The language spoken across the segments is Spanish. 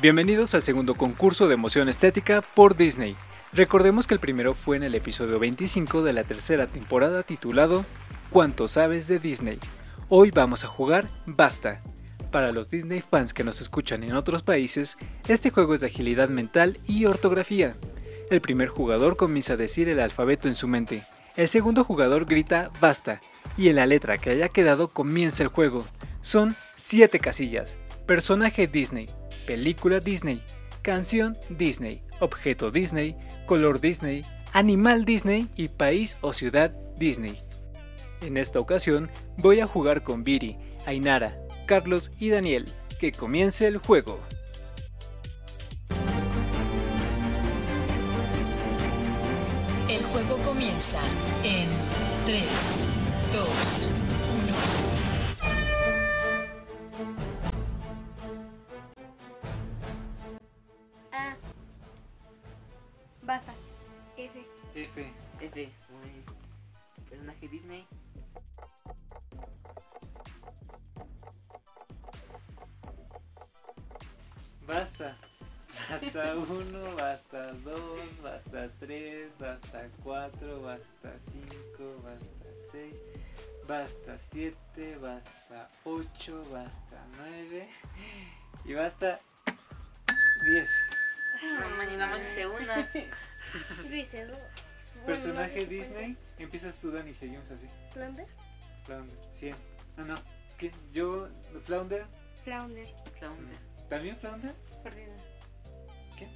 Bienvenidos al segundo concurso de emoción estética por Disney. Recordemos que el primero fue en el episodio 25 de la tercera temporada titulado ¿Cuánto sabes de Disney? Hoy vamos a jugar Basta. Para los Disney fans que nos escuchan en otros países, este juego es de agilidad mental y ortografía. El primer jugador comienza a decir el alfabeto en su mente. El segundo jugador grita Basta y en la letra que haya quedado comienza el juego. Son 7 casillas. Personaje Disney, película Disney, canción Disney, objeto Disney, color Disney, animal Disney y país o ciudad Disney. En esta ocasión voy a jugar con Viri, Ainara, Carlos y Daniel. Que comience el juego. El juego comienza en 3, 2, 1. Ah, basta. F. F. F. muy- Personaje Disney. Basta. Hasta uno, basta dos, basta tres, basta cuatro, basta cinco, basta seis, basta siete, basta ocho, basta nueve y basta diez. No, man, y nada más hice una. Luis ¿eh? Eduardo. Personaje Disney. Empiezas tú, Dani, seguimos así. Flounder. Flounder. Cien. Ah, No, no. ¿Qué? Yo, Flounder. Flounder. Flounder. ¿También Flounder? Perdida. ¿Qué?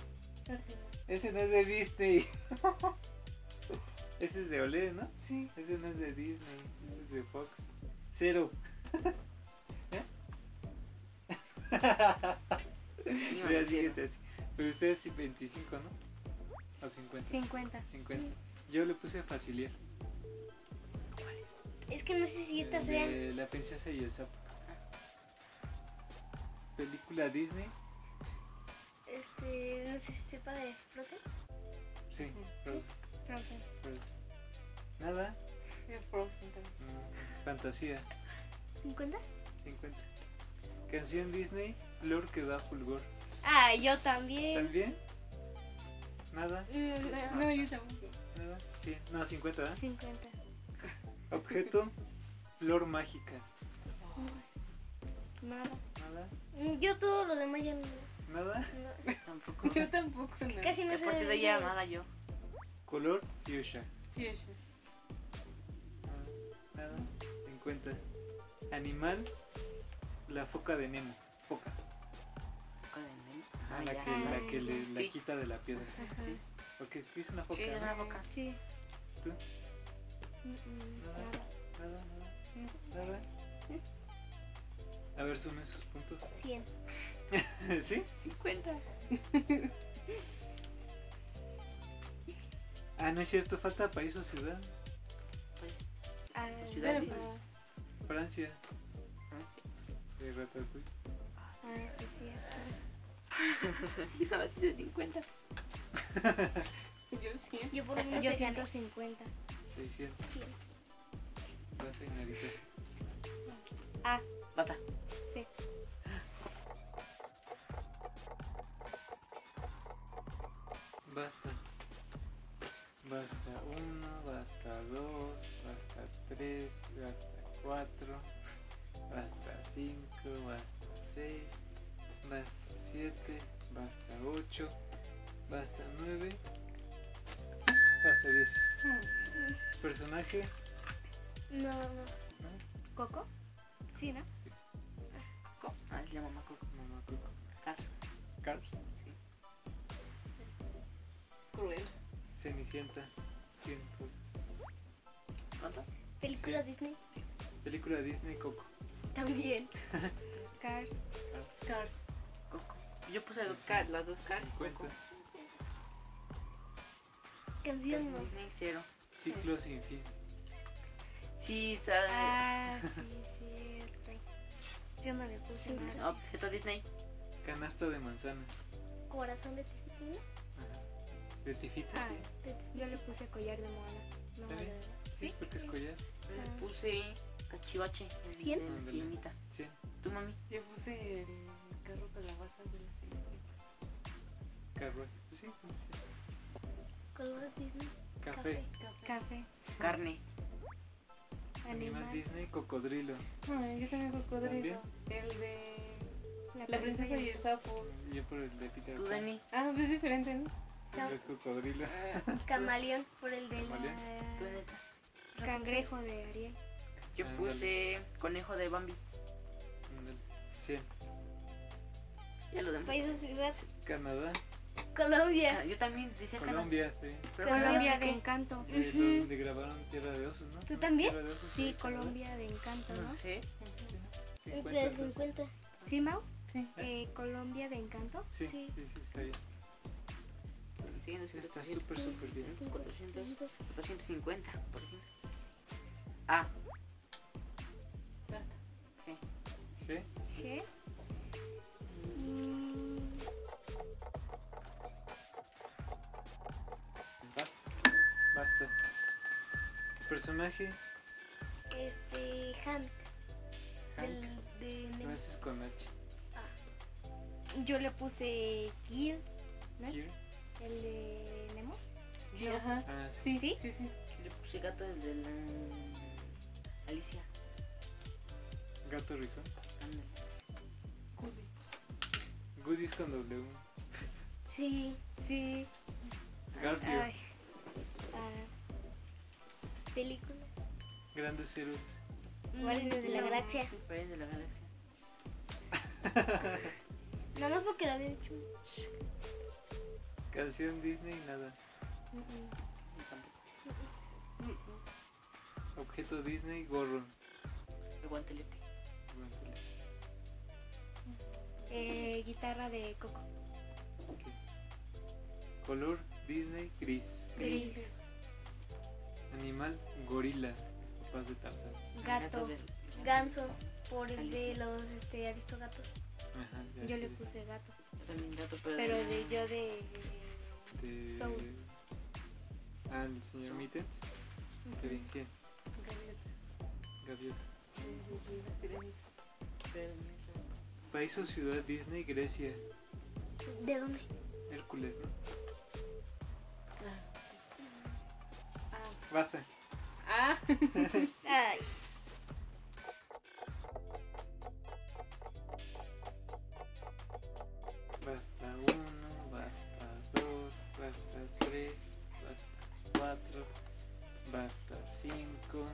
Ese no es de Disney. Ese es de Olé, ¿no? Sí. Ese no es de Disney, ese es de Fox. Cero. ¿Eh? Sí, Ya, me siguiente, así. Pero ustedes sí 25, ¿no? O 50. 50. 50. Yo le puse facilier. Es que no sé si el de La princesa y el sapo. Película Disney. Este, no sé si sepa de Frozen. Sí. Frozen, Frozen. Frozen. Nada. Frozen también. No. Fantasía. 50. 50. Canción Disney. Flor que da fulgor. Ah, yo también. ¿También? Nada. Mm, No, yo tampoco. Nada, sí, no, 50, ¿verdad? 50. Objeto, flor mágica. Nada. Nada, Mm, Yo todo lo demás ya no. nada. no- Tampoco. tampoco. Casi no A sé. partir de de allá, nada. nada yo. Color, fuchsia. Nada, nada, 50. Animal, la foca de Nemo. Foca, Poco de mente. ah, Ah, la, ya. que, la que le, la Sí. quita de la piedra. Ajá. Sí. Porque sí es una foca. Sí, es ¿no? una boca. Sí. ¿Tú? Mm, mm, Nada. Nada. Nada, nada, nada. A ver, sumen sus puntos. 100. ¿Sí? 50. Ah, no es cierto, falta país o ciudad. Ah, Pues Ciudad pero- Disney. Francia, Ah, sí. de Ratatouille. Ah, sí, sí. Nada más hice 50. Yo sí. Yo por un Yo 150. 600, Sí. vas a analizar. Ah, Basta. sí. Basta. Basta uno, basta dos, basta tres, basta cuatro, basta cinco, basta seis, basta siete, basta ocho, basta nueve, basta diez. Personaje, No, no. ¿no? ¿Coco? Sí, ¿no? Coco. Ah, es la mamá Coco. Mamá Coco. Carlos. Cars, Sí. Cruel. Cenicienta, cientos. ¿Cuánto? Película Sí. Disney. Película Disney Coco. También. Cars. Cars. Coco. Yo puse dos Sí. car- las dos cars. y 50. Coco. Canción no. Disney, Cero. Ciclo sin fin. Sí, sabe. Ah, sí, cierto. Yo no le puse Ah, nada. Objeto Disney. Canasta de manzana. Corazón de Tijuana. Ajá. ¿De tifita? Ah, de- yo le puse collar de moana. No, ¿También? de- Sí, porque es collar. Le Ah. puse cachivache. ¿Cien? De la sirenita. Sí. ¿Tú, mami? Yo puse el carro calabaza de la serie. Carrue. Pues Sí, sí. Color Disney. Café. Café. Carne. Animal Animal. Disney, cocodrilo. Ay, yo también cocodrilo. El de la princesa y el sapo. Yo por el de Peter Tú, Pan. Dani. Ah, pues es diferente, ¿no? Yo el cocodrilo. Eh, Camaleón por el de Camaleón. tú, la... neta. Cangrejo de Ariel. Yo Ándale. puse conejo de Bambi. Ándale. Sí. Ya lo demás. Países ciudad. Ah, Canadá. Colombia. Yo también decía Canadá. Colombia, sí. Pero Colombia Colombia. de Encanto. Eh, Ujú. Donde grabaron Tierra de Osos, ¿no? ¿Tú también? Tierra de Osos, Sí, ¿verdad? Colombia de Encanto, ¿no? No sé. Sí, cuenta, entonces. ¿Sí, Mau? Sí. Eh, Colombia de Encanto. Ah. Sí, sí, sí, está bien. Siguiendo siendo Está 400, súper, súper bien. 400, 450, por ejemplo. Ah. Sí. ¿Sí? G. Mm, Basta. Basta. Personaje, Este, Hank, Hank. del, de No, Ne- ese es con H. Yo le puse Gil, ¿No? Here. el de Nemo. Yo ya- Ajá. Ah, sí. Sí, ¿Sí? sí, sí. le puse gato el de la... Alicia. Gato Rizón. Ándale. Goodies con W. Sí. Sí. Garfio. Ay. Ah, película. Grandes héroes. Guardianes de la no. Galaxia. Guardianes de la galaxia. Nada más porque lo había hecho. Canción Disney, nada. Yo tampoco. Objeto Disney, gorro. El guantelete. eh, guitarra de Coco. Ok. Color Disney, gris. Gris. Animal, gorila. Los papás de Tarzán. Gato. verde. Ganso, por el Alicia. de los este, aristogatos. Ajá, ya Yo le sé. Eh, puse gato. Yo también gato, pero... Pero de, yo de... de... Soul. Ah, el señor Soul. Mittens. Qué bien, sí, Gaviota. Gaviota. Sí, sí, sí, la sirenita. Pero neta, País o ciudad Disney, Grecia. ¿De dónde? Hércules, ¿no? Ah. Basta. Ah, Ay. Basta uno, basta dos, basta tres, basta cuatro, basta cinco,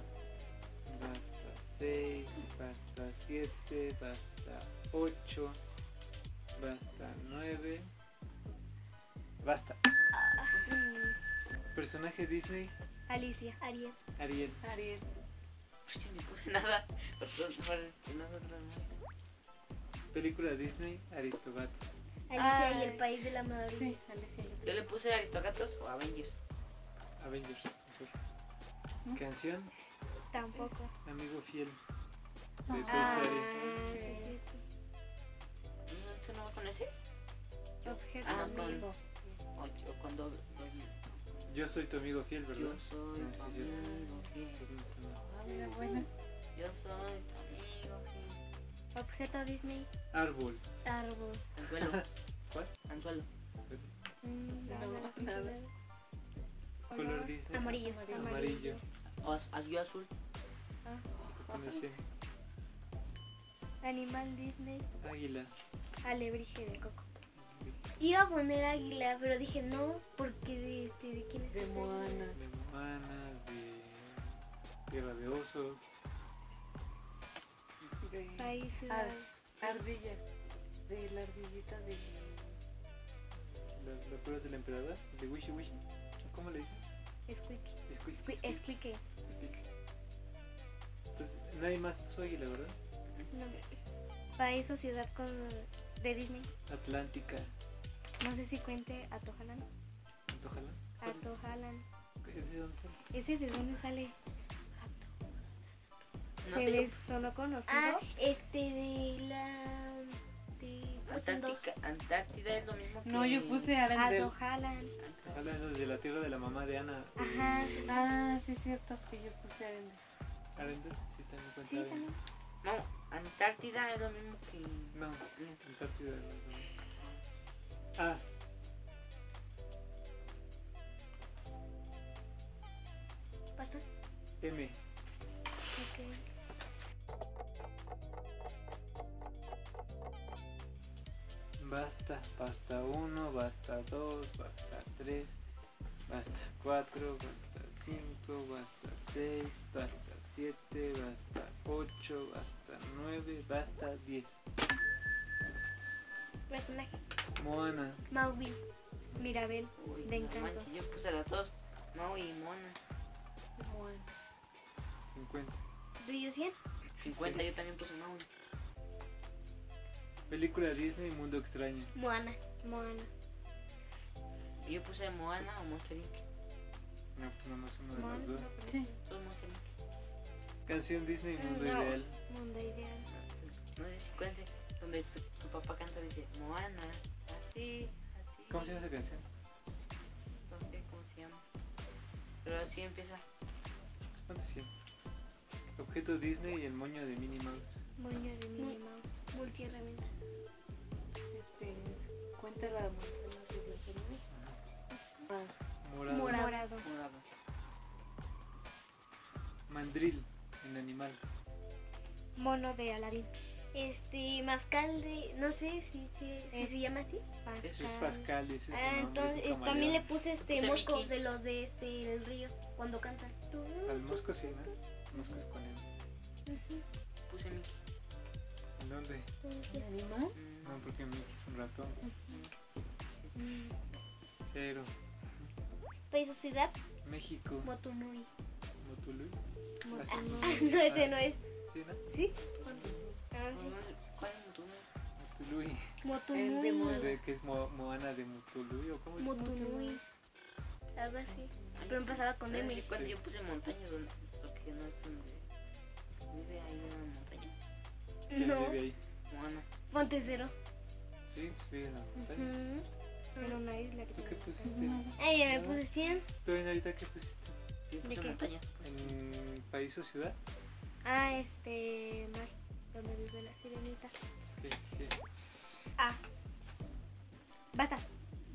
basta seis, basta siete, basta ocho, basta nueve, basta. Mm, Personaje Disney, Alicia. Ariel. Ariel. Ah. Ariel. Yo no puse nada. Perdón, perdón, perdón, perdón. Película Disney, Aristobats. Alicia y Ay. el país de la maravilla. sí, Alicia. Yo yo creo. le puse Aristogatos o Avengers. Avengers. mejor. Canción, Tampoco. Amigo Fiel. De Toy Ah. Story. Ah, sí, sí. ¿No- ¿Eso no va con ese? Objeto Ah, con- amigo. O yo con doble. doble. Yo soy tu amigo fiel, Yo ¿verdad? soy Ah, tu sí, sí. amigo fiel. Ah, mira, buena. Yo soy tu amigo fiel. Objeto Disney. Árbol. Árbol. Anzuelo. ¿Cuál? Anzuelo. Mm, No, no, no, nada. no. Color Disney. Amarillo. Amarillo. Amarillo. O az- yo azul. Con el cien. Animal Disney. Águila. Alebrije de Coco. Iba a poner águila, pero dije no, porque de, este, ¿de quién es De ese? Moana. De Moana, de Tierra de Osos. De País, ciudad. ardilla. De la ardillita de. Las locuras del emperador. De Wishy Wishy. ¿Cómo le dicen? Squeaky. Squeak, Squeak- squeak, Squeaky. squeak. Entonces, nadie más puso águila, ¿verdad? No. País o ciudad con, de Disney. Atlántica. No sé si cuente Atohalan. Ojalá. Atohalan. ¿Es de dónde sale? ¿Ese de dónde sale? No ¿Se sé, les sonó conocido? Ah, este de la. De, yo- pues son dos. Antártica, Antártida es lo mismo que... No, yo puse Ah, arandel. Atohalan. Antártida. Ojalá desde la tierra de la mamá de Ana. de Ajá. Ah, sí, es cierto que yo puse arandel. Arendelle. Sí, también cuenta Sí, Arendelle. también. No, Antártida es lo mismo que... No, Mm, Antártida. no, no. Ah, M. Ok. Basta, basta 1, basta 2, basta 3, basta 4, basta 5, basta 6, basta 7, basta 8, basta 9, basta 10. Personaje. Moana. Mowgli. Mirabel. Uy, De no encanto. manches, yo puse las dos. Mau y Mona. Bueno. 50. ¿Tú y yo 100? 50, Sí. yo también puse Mau. Película Disney Mundo Extraño. Moana. Moana. Y yo puse Moana o Monster Inc. No, pues nomás uno de Bueno, los dos. sí. Todo es Monster Inc. Canción Disney Mundo Mm, No. Ideal. Mundo ideal. No sé si cuente. Donde su, su papá canta dice Moana. Así, así. ¿Cómo se llama esa canción? No sé cómo se llama. Pero así empieza. ¿Cuánto sí? Pues Objeto Disney y el moño de Minnie Mouse. Moño de Minnie Minnie Mouse. Multiherramienta. Este, cuenta la montaña de Ah, Morado. Morado. Morado. Mandril, el animal. mono de Aladín. Este, mascal de. No sé si, si, si Es- se llama así. Eso es Pascal, ese es Ah, el nombre, entonces es un también le camaleón. puse este Puse mosco Mickey. de los de este del río cuando cantan. Al mosco sí, ¿no? El mosco es con él. Puse Mickey. ¿En dónde? ¿El animal? Mm, No, porque Mickey es un ratón. Cero. Paisosidad México. pues, Motunui. Motulú. Así. Ah, no, ese no es. ¿Sí, no? ¿Sí? no, Ahora sí. no, ¿Cuál es tu Motulú. El de Moana. Motunui. ¿De ¿Qué es Mo- Moana de Motulú o cómo es? Motunui. Algo así. Pero empezaba con Pero M. sí, cuando Sí. yo puse montaña, donde, porque no es donde vive ahí una montaña. ¿Quién No. vive ahí? Moana. Ponte cero. Sí, pues vive en la montaña. Ujú. Era una isla que ¿Tú qué tenía. pusiste? Ay, ya me puse 100. ¿Tú, ahorita qué pusiste? Yo puse pues. qué? montaña. ¿En país o ciudad? Ah, este. Mike, donde vive la sirenita. Sí, sí. A. Basta.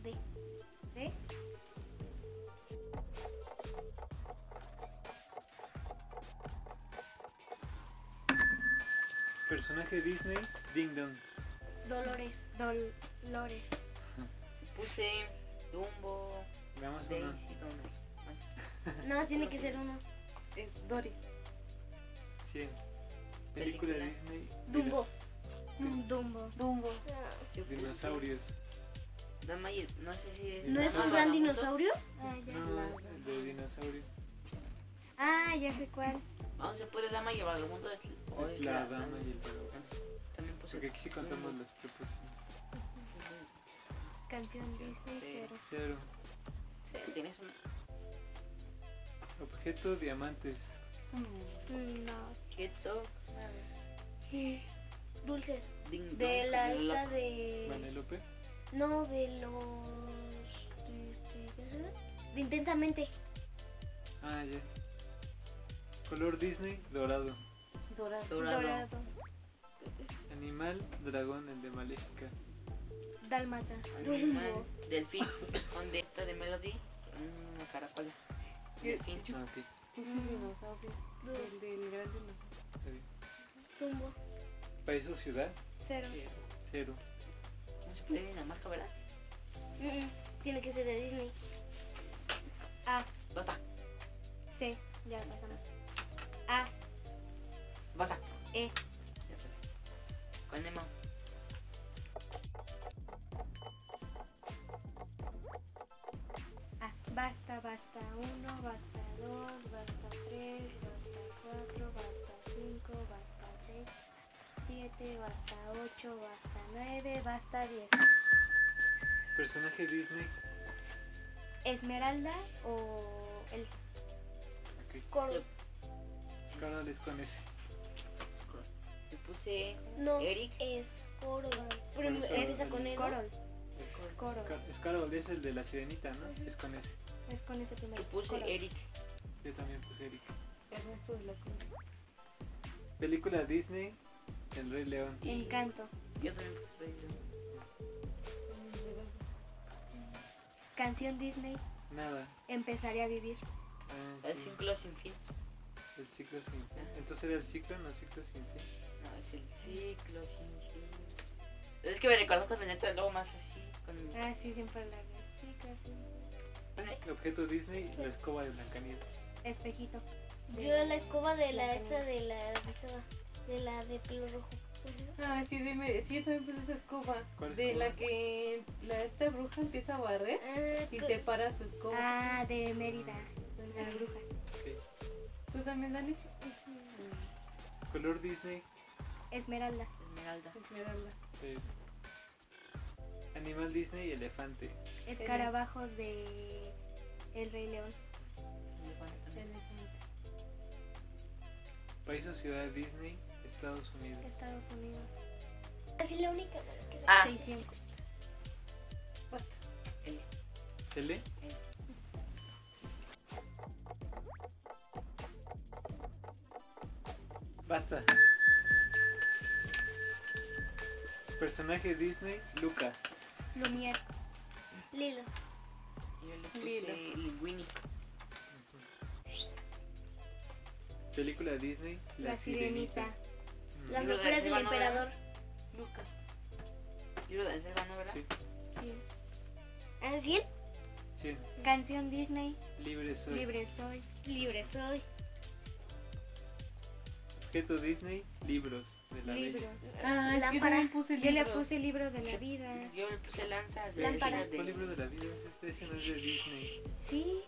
D. D. Personaje Disney, Ding Dong. Dolores. Dolores. Puse Dumbo, Veamos uno. Daisy, donde. Nada más tiene que ser uno. Es Dory. 100. Película Película. Disney. Dumbo. Dumbo. Dumbo. Yo puse Dinosaurios. Dama y- no sé si es. ¿No es un Dinosaurio. gran dinosaurio? No, el de dinosaurio. Ah, ya sé cuál. Vamos, se Ah, puede Dama y el vagabundo. Es, o Es la dama y el vagabundo. También puse. Porque aquí sí contamos las preposiciones. Canción Disney cero. Cero. Tienes un. Objeto diamantes. Mm, No. Quieto. Dulces. Ding De dong, la como isla loco. de. Vanelope. No, de los. de- de- De intensamente. Ah, ya. Color Disney, dorado. Dorado. Dorado. Dorado. Animal, dragón, el de Maléfica. Dalmata. Animal. Delfín. Donde está de Melody. Una caracola. Yo- Delfín. Ah, ok. Puse dinosaurio. El del gran dinosaurio. Está bien. Dumbo. País o ciudad, Cero. cero. No se puede Dinamarca, ¿verdad? Mm, mm, Tiene que ser de Disney. A. Basta, C. Ya pasamos. A. basta. E. Ya sé. Con Nemo. Ah, basta, basta, uno, basta, dos, basta, tres, basta, cuatro, basta, cinco, basta, seis, siete, basta, ocho, basta, nueve, basta, diez. Personaje Disney. Esmeralda o el Ok. coro. Scarlet es con ese. Yo puse No, Eric. es coro. Pero es es esa el con el Corol. Coro. Scar- Scarlet es el de la sirenita, ¿no? Es con ese. Es con ese primero. Yo puse Eric. Yo también puse Eric. Ernesto de la Cruz. Película Disney, El Rey León. Encanto. Yo también puse Eric. Canción Disney. Nada. Empezaré a vivir. Ah, El sí. círculo sin fin. El ciclo sin fin. Entonces era el ciclo, no ciclo sin fin. No, es el ciclo sin fin. Es que me recuerdas también el logo más así, con Ah, sí, siempre la chicas. sí. El objeto Disney y la escoba de Blancanieves. Espejito. Yo la escoba de la esta Blancanieves. de la esa- de la de pelo rojo. Ah, sí, dime, sí, yo también puse esa escoba. ¿Cuál de escoba? la que la, esta bruja empieza a barrer Ah, y co- separa su escoba. Ah, de Mérida, la bruja. Ok. ¿Tú también, Dani? Color Disney. Esmeralda. esmeralda. Esmeralda. eh, Animal Disney y elefante. Escarabajos de El Rey León. Le ponen también. País o ciudad Disney, Estados Unidos. Estados Unidos. Así la única mano que se Ah, 600. el- ¿Tele? Basta. Personaje Disney, Luca. Lumière. Lilo. yo le puse Lilo. Linguini. Película Disney, La, sirenita. Mm, Libro Las de locuras del Esteban Nolan. emperador. Luca. Libro de Anselmo, ¿no, verdad? Sí, Sí. Así sí. Canción Disney. Libre soy. Libre soy. libre soy. Objeto Disney, libros de la libro. Bella. Ah, es que yo Lámpara. también puse Yo le libros. puse el libro de la vida. Yo le puse lanza de Lámpara. ¿Cuál libro de la vida? Este ese no es de Disney. Sí.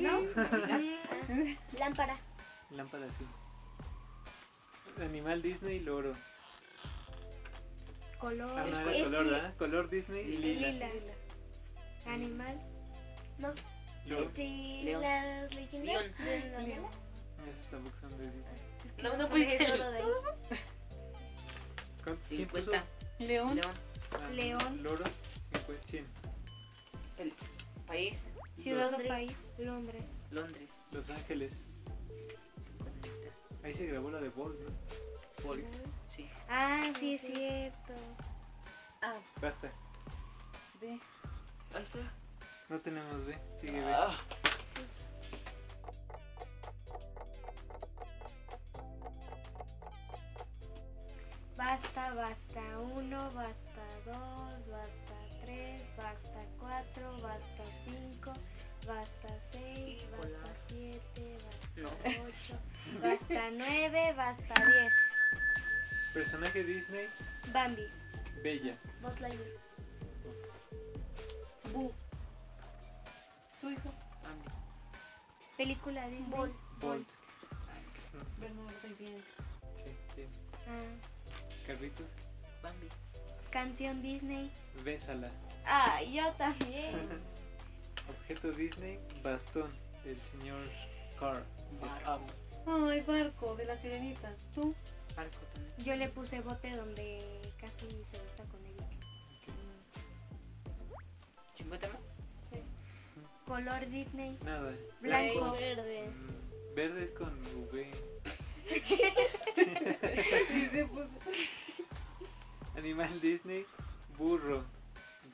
No. ¿No? Mm, Lámpara. Lámpara sí. Animal Disney, loro. Ah, no, Color. era color, ¿verdad? Color Disney, lila. Este, Lila. Animal. Loro. Este, León. las leyendas de la León. novela. Esos tampoco son de Disney. No, no Porque puse es solo el de ahí. ¿Cuánto? ¿Quién puso? 50. León. León. Ah, León. Loro, 50, 100. El país, Ciudad Los, o país. Londres. Londres. Los Ángeles. Ahí se grabó la de Bolt, ¿no? Bolt. Sí. Ah, sí, es cierto. Ah, Basta. de. Ahí está. No tenemos B. Sigue B. Ah, Basta, basta uno, basta dos, basta tres, basta cuatro, basta cinco, basta seis, Híjole. basta siete, basta no. ocho, basta nueve, basta diez. Personaje Disney, Bambi. Bella. Buzz Lightyear. Bu. Tu hijo. Bambi. Película Disney. Bolt. Bolt. Bernardo y bien. Sí, bien. Ah, Carritos, Bambi. canción Disney. bésala. Ah, yo también. Objeto Disney, bastón del señor Ah, Carr. de Up. Ay, barco de la sirenita. Tú. Barco también. Yo le puse bote donde casi se gusta con ella. ¿50 más? Color Disney. Nada. Blanco. Verde. Mm, Verde es con V. Sí, se puso. Animal Disney, burro.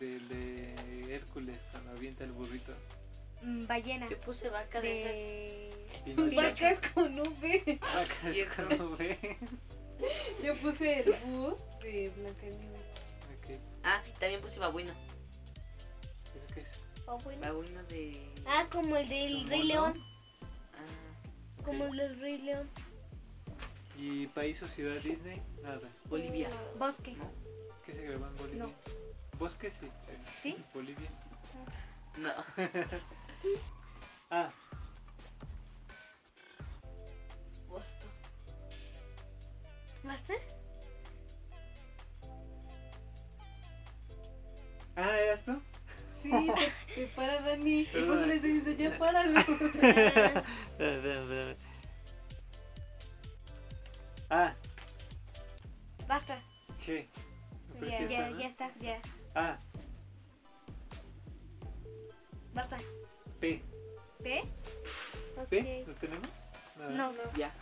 Del de Hércules, cuando avienta el burrito. Mm, ballena. Yo puse vaca de De... Pinocho. Vaca es con un B. Vacas con V. Yo puse el bu de Blancanieves. Ok, esas. Ah, también puse babuino. ¿eso qué es? Oh, Abuelo. Babuino de. Ah, como el del ¿Un Rey mono? León. Ah, Como el del Rey León. ¿Y país o ciudad Disney? Nada. Bolivia. Bosque. ¿Qué se grabó en Bolivia? Bosque sí. eh, ¿Sí? Bolivia. No. Ah, Boston. ¿Basta? ah, ¿eras tú? Sí, que para Dani. Y por eso Perdón. le estoy diciendo, ya páralo. ah, Basta. che. No, pero sí Ya, está, ya, ¿no? ya está, ya. Ah, Basta. P. ¿P? ¿P? Ok. ¿Lo tenemos? Nada. No. Ya.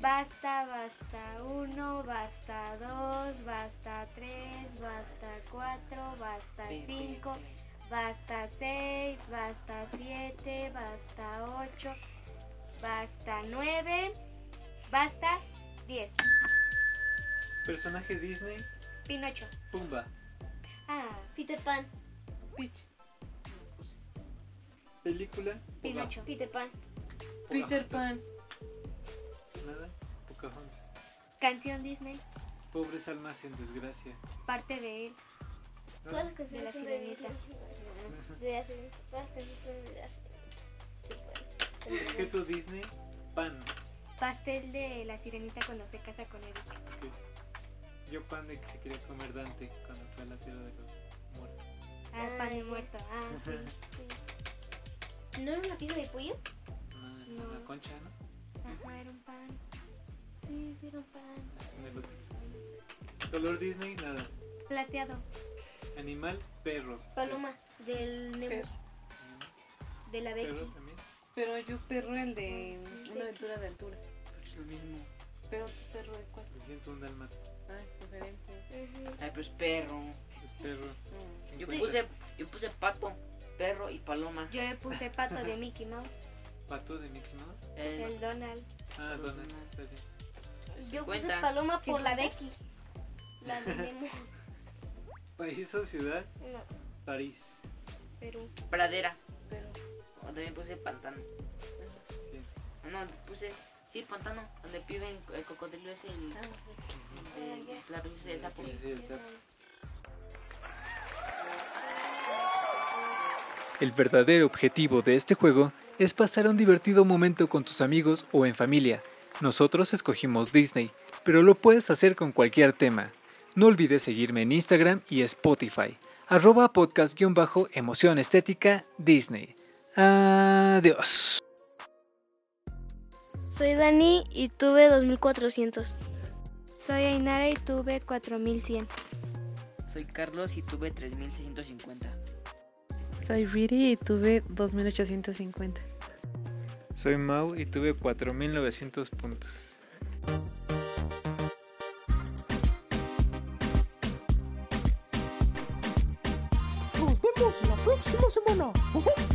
Basta, basta uno, basta dos, basta tres, basta cuatro, basta Pe, pe, cinco, pe. basta seis, 6, basta 7, basta 8, basta 9, basta 10. Personaje Disney, Pinocho. Pumba. Ah, Peter Pan. Peach. Película, Pues Pocahontas. Pinocho. Peter Pan. Ah, Peter Pan. Nada, Pocahontas. Canción Disney, Pobres almas sin desgracia. parte de él. Todas Nada. las canciones De la son sirenita. De la sirenita. Todas las canciones son de la sirenita. Objeto Disney, pan. Pastel de la sirenita cuando se casa con él. Yo pan de que se quería comer Dante cuando fue a la tierra de los muertos. Ah, Ah, pan de sí. muerto. Ah, sí. ¿No era una pieza de pollo? No, es No. una concha, ¿no? Ajá, era un pan. Sí, Peter Pan. Es un elote. No sé. Color Disney, nada. Plateado. Animal, perro. Paloma. Del Nemo, Perro. de la Perro, Becky. también. Pero yo perro el de una aventura de altura. Es lo mismo. Pero tu perro de cuál? Me siento un dalmata. Ah, es diferente. Ay, pero es perro. Pues, Es perro. Mm. Yo Cincuenta. puse, yo puse pato, perro y paloma. Yo le puse pato de Mickey Mouse. Pato de Mickey Mouse. Eh, El Donald. Ah, Pato de Donald. Mickey está bien. Yo puse Cincuenta. paloma por la Becky. La de Nemo. País o ciudad, No. París. Perú. Pradera. Pero O también puse pantano. Sí. Ah, No, puse, sí, pantano, donde viven el cocodrilo es el, ah, sí. el- la princesa del sapo. Sí, sí, el sapo. El verdadero objetivo de este juego es pasar un divertido momento con tus amigos o en familia. Nosotros escogimos Disney, pero lo puedes hacer con cualquier tema. No olvides seguirme en Instagram y Spotify, arroba podcast-emoción estética Disney. Adiós. Soy Dani y tuve 2400. Soy Ainara y tuve 4100. Soy Carlos y tuve 3650. Soy Riri y tuve 2850. Soy Mau y tuve 4900 puntos. Nos vemos la próxima semana. Ujú.